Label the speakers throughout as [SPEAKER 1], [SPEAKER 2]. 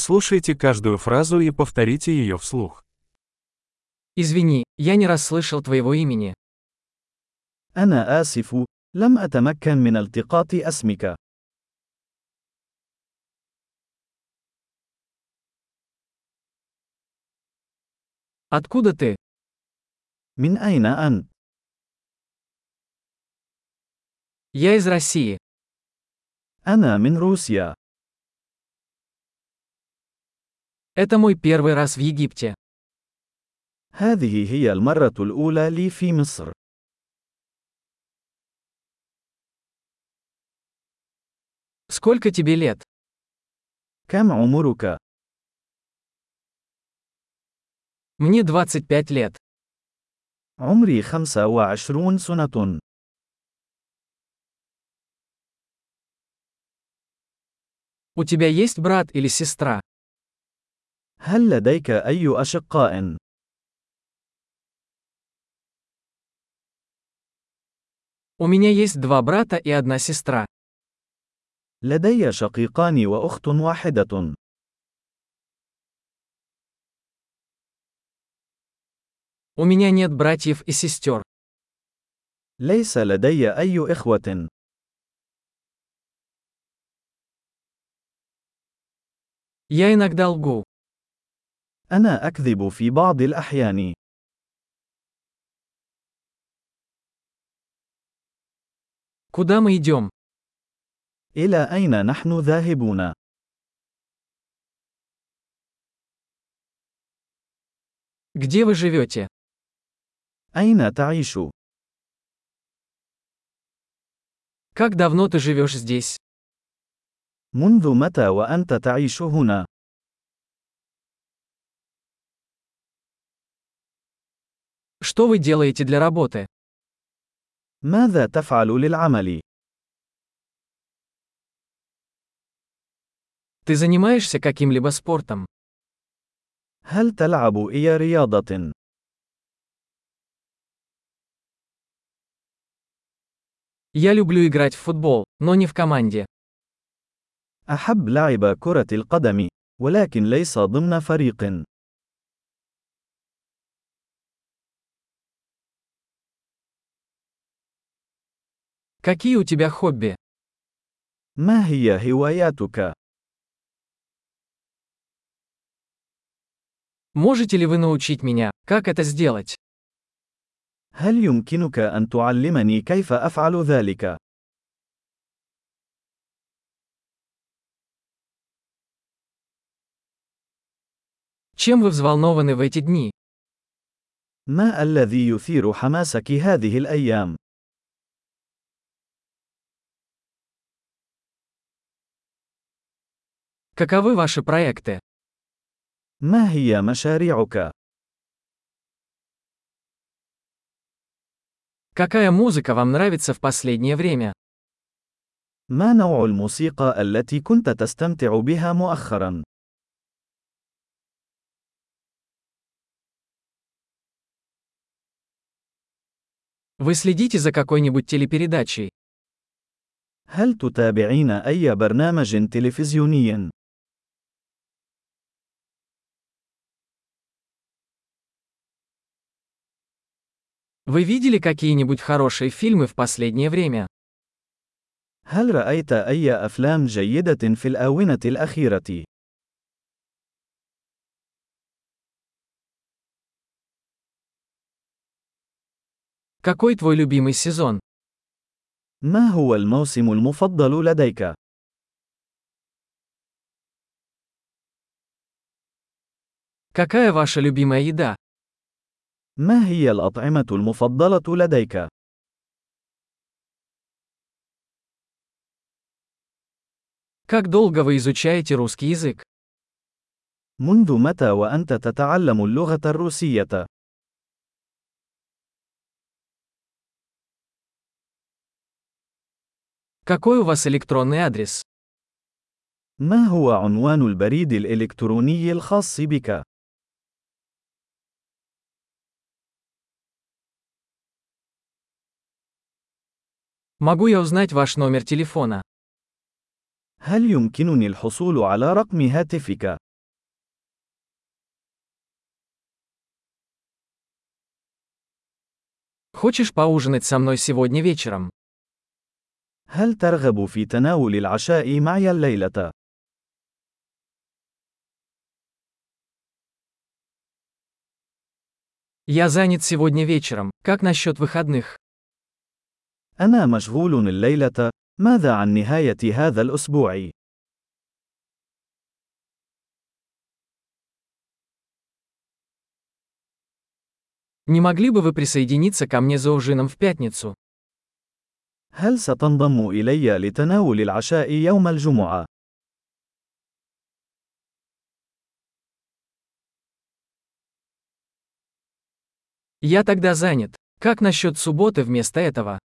[SPEAKER 1] Прослушайте каждую фразу и повторите ее вслух.
[SPEAKER 2] Извини, я не расслышал твоего имени.
[SPEAKER 3] أنا آسف، لم أتمكن من التقاط اسمك.
[SPEAKER 2] Откуда ты?
[SPEAKER 3] من أين أنت؟
[SPEAKER 2] Я из России.
[SPEAKER 3] أنا من روسيا.
[SPEAKER 2] Это мой первый раз в Египте.
[SPEAKER 3] هذه هي المرة الأولى لي في مصر.
[SPEAKER 2] Сколько тебе лет?
[SPEAKER 3] كم عمرك؟
[SPEAKER 2] Мне 25 лет.
[SPEAKER 3] عمري 25 سنة.
[SPEAKER 2] У тебя есть брат или сестра?
[SPEAKER 3] هل لديك أي أشقاء؟
[SPEAKER 2] У меня есть два брата и одна сестра.
[SPEAKER 3] لدي شقيقان وأخت واحدة.
[SPEAKER 2] У меня нет братьев и сестер.
[SPEAKER 3] ليس لدي أي إخوة.
[SPEAKER 2] Я иногда лгу.
[SPEAKER 3] أنا أكذب في بعض الأحيان.
[SPEAKER 2] Куда мы идем?
[SPEAKER 3] إلى أين نحن ذاهبون؟
[SPEAKER 2] Где вы живете?
[SPEAKER 3] أين تعيش؟
[SPEAKER 2] Как давно ты живешь здесь?
[SPEAKER 3] منذ متى وأنت تعيش هنا؟
[SPEAKER 2] Что вы делаете для работы?
[SPEAKER 3] ماذا تفعل للعمل؟
[SPEAKER 2] Ты занимаешься каким-либо спортом?
[SPEAKER 3] هل تلعب أي رياضة؟
[SPEAKER 2] Я люблю играть в футбол, но не в команде.
[SPEAKER 3] أحب لعب كرة القدم، ولكن ليس ضمن فريق.
[SPEAKER 2] Какие у тебя хобби?
[SPEAKER 3] ما هي هواياتك؟
[SPEAKER 2] Можете ли вы научить меня, как это сделать?
[SPEAKER 3] هل يمكنك أن تعلمني كيف أفعل ذلك؟
[SPEAKER 2] Чем вы взволнованы в эти дни?
[SPEAKER 3] ما الذي يثير حماسك هذه الأيام؟
[SPEAKER 2] Каковы ваши проекты?
[SPEAKER 3] ما هي مشاريعك؟
[SPEAKER 2] Какая музыка вам нравится в последнее время?
[SPEAKER 3] ما نوع الموسيقى التي كنت تستمتع بها مؤخرا؟
[SPEAKER 2] Вы следите за какой-нибудь телепередачей?
[SPEAKER 3] هل تتابعين أي برنامج تلفزيوني؟
[SPEAKER 2] Вы видели какие-нибудь хорошие фильмы в последнее время?
[SPEAKER 3] هل رأيت أي أفلام جيدة في الآونة الأخيرة؟
[SPEAKER 2] Какой твой любимый сезон?
[SPEAKER 3] ما هو الموسم المفضل لديك؟
[SPEAKER 2] Какая ваша любимая еда?
[SPEAKER 3] ما هي الأطعمة المفضلة لديك؟
[SPEAKER 2] Как долго вы изучаете русский язык?
[SPEAKER 3] منذ متى وأنت تتعلم اللغة الروسية؟
[SPEAKER 2] Какой у вас электронный адрес?
[SPEAKER 3] ما هو عنوان البريد الإلكتروني الخاص بك؟
[SPEAKER 2] Могу я узнать ваш номер телефона?
[SPEAKER 3] هل يمكنني الحصول على رقم هاتفك؟
[SPEAKER 2] Хочешь поужинать со мной сегодня вечером?
[SPEAKER 3] هل ترغب في تناول العشاء معي الليلة؟
[SPEAKER 2] Я занят сегодня вечером. Как насчет выходных?
[SPEAKER 3] أنا مشغول الليلة. ماذا عن نهاية هذا الأسبوع؟
[SPEAKER 2] Не могли бы вы присоединиться ко мне за ужином в пятницу?
[SPEAKER 3] هل ستنضم إلي لتناول العشاء يوم الجمعة؟
[SPEAKER 2] Я тогда занят. Как насчет субботы вместо этого?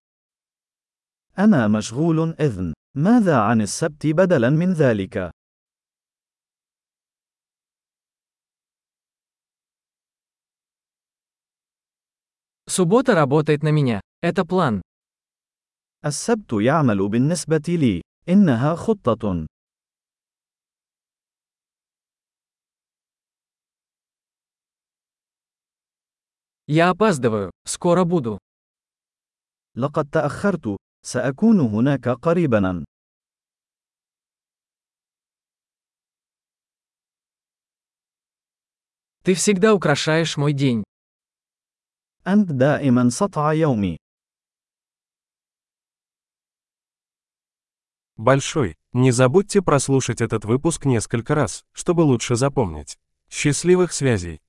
[SPEAKER 3] أنا مشغول إذن. ماذا عن السبت بدلاً من ذلك؟
[SPEAKER 2] Суббота работает на меня. Это план.
[SPEAKER 3] السبت يعمل بالنسبة لي. إنها خطة.
[SPEAKER 2] Я опаздываю. Скоро буду.
[SPEAKER 3] لقد تأخرت. سأكون هناك قريباً.
[SPEAKER 2] Ты всегда украшаешь мой день.
[SPEAKER 3] أنت دائماً سطع يومي.
[SPEAKER 1] Большой. Не забудьте прослушать этот выпуск несколько раз, чтобы лучше запомнить. Счастливых связей!